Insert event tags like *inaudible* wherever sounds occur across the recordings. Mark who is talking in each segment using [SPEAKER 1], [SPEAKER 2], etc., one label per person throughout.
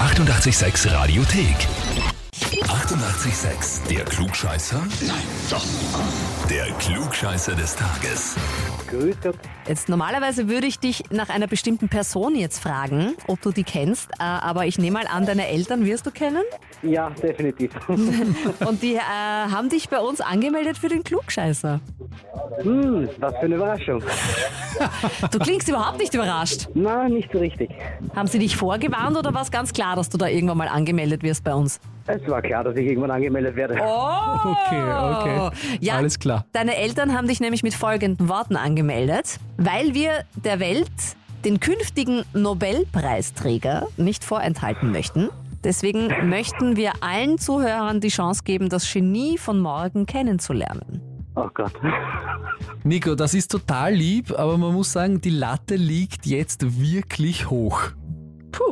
[SPEAKER 1] 886 Radiothek. 88,6. Der Klugscheißer? Nein, doch. Der Klugscheißer des Tages.
[SPEAKER 2] Grüß Gott.
[SPEAKER 3] Jetzt normalerweise würde ich dich nach einer bestimmten Person jetzt fragen, ob du die kennst, äh, aber ich nehme mal an, deine Eltern wirst du kennen
[SPEAKER 2] Ja, definitiv. *laughs*
[SPEAKER 3] und die äh, haben dich bei uns angemeldet für den Klugscheißer.
[SPEAKER 2] hm, was für eine Überraschung.
[SPEAKER 3] Du klingst überhaupt nicht überrascht.
[SPEAKER 2] Na, nicht so richtig.
[SPEAKER 3] Haben sie dich vorgewarnt oder war es ganz klar, dass du da irgendwann mal angemeldet wirst bei uns?
[SPEAKER 2] Es war klar, dass ich irgendwann angemeldet werde.
[SPEAKER 3] Oh!
[SPEAKER 4] Okay, okay.
[SPEAKER 3] Ja,
[SPEAKER 4] Alles klar.
[SPEAKER 3] Deine Eltern haben dich nämlich mit folgenden Worten angemeldet. Weil wir der Welt den künftigen Nobelpreisträger nicht vorenthalten möchten. Deswegen möchten wir allen Zuhörern die Chance geben, das Genie von morgen kennenzulernen.
[SPEAKER 2] Oh Gott.
[SPEAKER 4] Nico, das ist total lieb, aber man muss sagen, die Latte liegt jetzt wirklich hoch.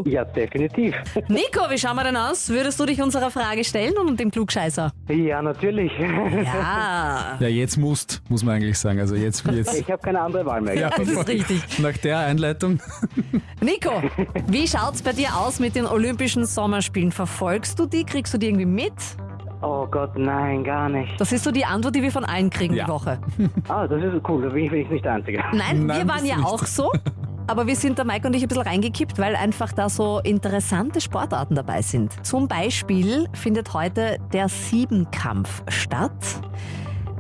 [SPEAKER 2] Ja, definitiv.
[SPEAKER 3] Nico, wie schauen wir denn aus? Würdest du dich unserer Frage stellen und dem Klugscheißer?
[SPEAKER 2] Ja, natürlich.
[SPEAKER 3] Ja,
[SPEAKER 4] Ja, jetzt musst, muss man eigentlich sagen. Also jetzt, jetzt.
[SPEAKER 2] Ich habe keine andere Wahl mehr.
[SPEAKER 4] Ja,
[SPEAKER 3] *laughs* das ist richtig.
[SPEAKER 4] Nach der Einleitung.
[SPEAKER 3] Nico, wie schaut's bei dir aus mit den Olympischen Sommerspielen? Verfolgst du die? Kriegst du die irgendwie mit?
[SPEAKER 2] Oh Gott, nein, gar nicht.
[SPEAKER 3] Das ist so die Antwort, die wir von allen kriegen
[SPEAKER 4] Ja.
[SPEAKER 3] die Woche.
[SPEAKER 2] Ah, das ist cool. Da bin ich wenigstens nicht der Einzige.
[SPEAKER 3] Nein,
[SPEAKER 4] Nein,
[SPEAKER 3] wir waren
[SPEAKER 4] bist
[SPEAKER 3] ja
[SPEAKER 4] nicht.
[SPEAKER 3] auch so. Aber wir sind, der Mike und ich, ein bisschen reingekippt, weil einfach da so interessante Sportarten dabei sind. Zum Beispiel findet heute der Siebenkampf statt.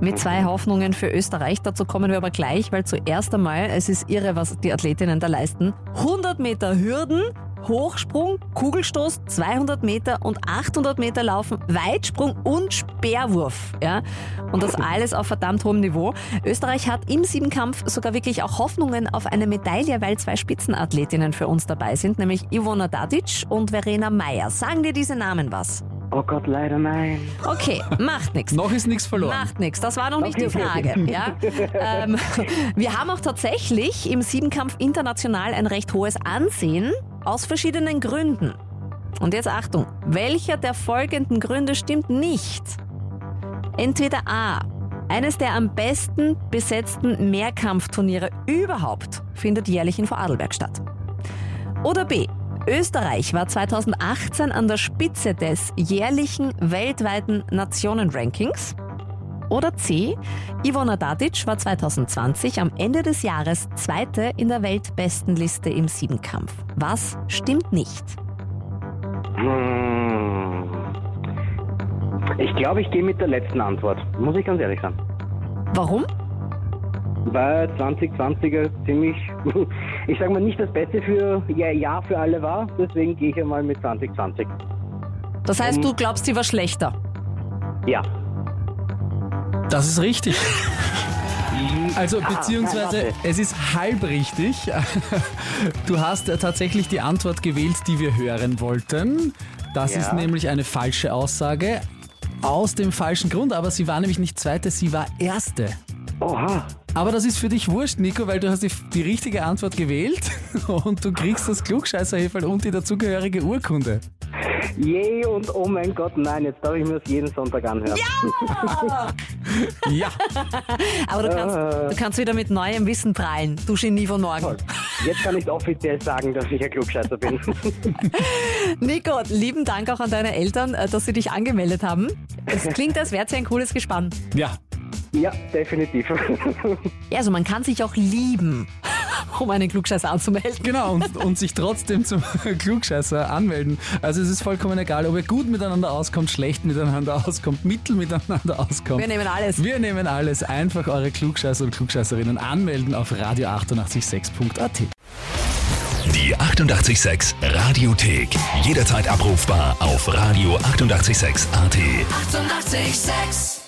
[SPEAKER 3] Mit zwei Hoffnungen für Österreich. Dazu kommen wir aber gleich, weil zuerst einmal, es ist irre, was die Athletinnen da leisten. 100 Meter Hürden, Hochsprung, Kugelstoß, 200 Meter und 800 Meter Laufen, Weitsprung und Speerwurf. Ja? Und das alles auf verdammt hohem Niveau. Österreich hat im Siebenkampf sogar wirklich auch Hoffnungen auf eine Medaille, weil zwei Spitzenathletinnen für uns dabei sind, nämlich Ivona Dadic und Verena Meyer. Sagen dir diese Namen was?
[SPEAKER 2] Oh Gott, leider nein.
[SPEAKER 3] Okay, macht nichts.
[SPEAKER 4] Noch ist nichts verloren.
[SPEAKER 3] Macht nichts, das war noch nicht
[SPEAKER 2] Okay, okay,
[SPEAKER 3] die Frage. Ja? ähm, wir haben auch tatsächlich im Siebenkampf international ein recht hohes Ansehen, aus verschiedenen Gründen. Und jetzt Achtung, welcher der folgenden Gründe stimmt nicht? Entweder A. Eines der am besten besetzten Mehrkampfturniere überhaupt findet jährlich in Vorarlberg statt. Oder B. Österreich war 2018 an der Spitze des jährlichen weltweiten Nationenrankings. Oder C. Ivona Dadic war 2020 am Ende des Jahres Zweite in der Weltbestenliste im Siebenkampf. Was stimmt nicht?
[SPEAKER 2] Hm. Ich glaube, ich gehe mit der letzten Antwort. Muss ich ganz ehrlich sein.
[SPEAKER 3] Warum?
[SPEAKER 2] Weil 2020er ziemlich, *laughs* ich sag mal, nicht das Beste für ja, Jahr für alle war. Deswegen gehe ich einmal mit 2020.
[SPEAKER 3] Das heißt, du glaubst, sie war schlechter.
[SPEAKER 2] Ja.
[SPEAKER 4] Das ist richtig. Also beziehungsweise
[SPEAKER 2] Ah, warte.
[SPEAKER 4] es ist halb richtig. *laughs* Du hast äh, tatsächlich die Antwort gewählt, die wir hören wollten. Das
[SPEAKER 2] Ja.
[SPEAKER 4] ist nämlich eine falsche Aussage. Aus dem falschen Grund, aber sie war nämlich nicht zweite, sie war erste.
[SPEAKER 2] Oha.
[SPEAKER 4] Aber das ist für dich wurscht, Nico, weil du hast die, die richtige Antwort gewählt *laughs* und du kriegst das Klugscheißerhefel und die dazugehörige Urkunde.
[SPEAKER 2] Yay und oh mein Gott, nein, jetzt darf ich mir das jeden Sonntag anhören. *laughs*
[SPEAKER 4] Ja,
[SPEAKER 3] Aber du kannst, du kannst wieder mit neuem Wissen prallen. Du Genie von morgen.
[SPEAKER 2] Jetzt kann ich offiziell sagen, dass ich ein Klugscheißer bin. *laughs*
[SPEAKER 3] Nico, lieben Dank auch an deine Eltern, äh, dass sie dich angemeldet haben. Es klingt, als wäre es ja ein cooles Gespann.
[SPEAKER 4] ja.
[SPEAKER 2] ja, definitiv. *laughs*
[SPEAKER 3] Ja, also man kann sich auch lieben, *laughs* um einen Klugscheißer anzumelden.
[SPEAKER 4] Genau, und, und sich trotzdem zum *laughs* Klugscheißer anmelden. Also es ist vollkommen egal, ob ihr gut miteinander auskommt, schlecht miteinander auskommt, mittel miteinander auskommt.
[SPEAKER 3] Wir nehmen alles.
[SPEAKER 4] Wir nehmen alles. Einfach eure Klugscheißer und Klugscheißerinnen anmelden auf radio886.at.
[SPEAKER 1] Die 88,6 Radiothek. Jederzeit abrufbar auf radio886.at. 88,6.
[SPEAKER 5] Eighty-eight, sex.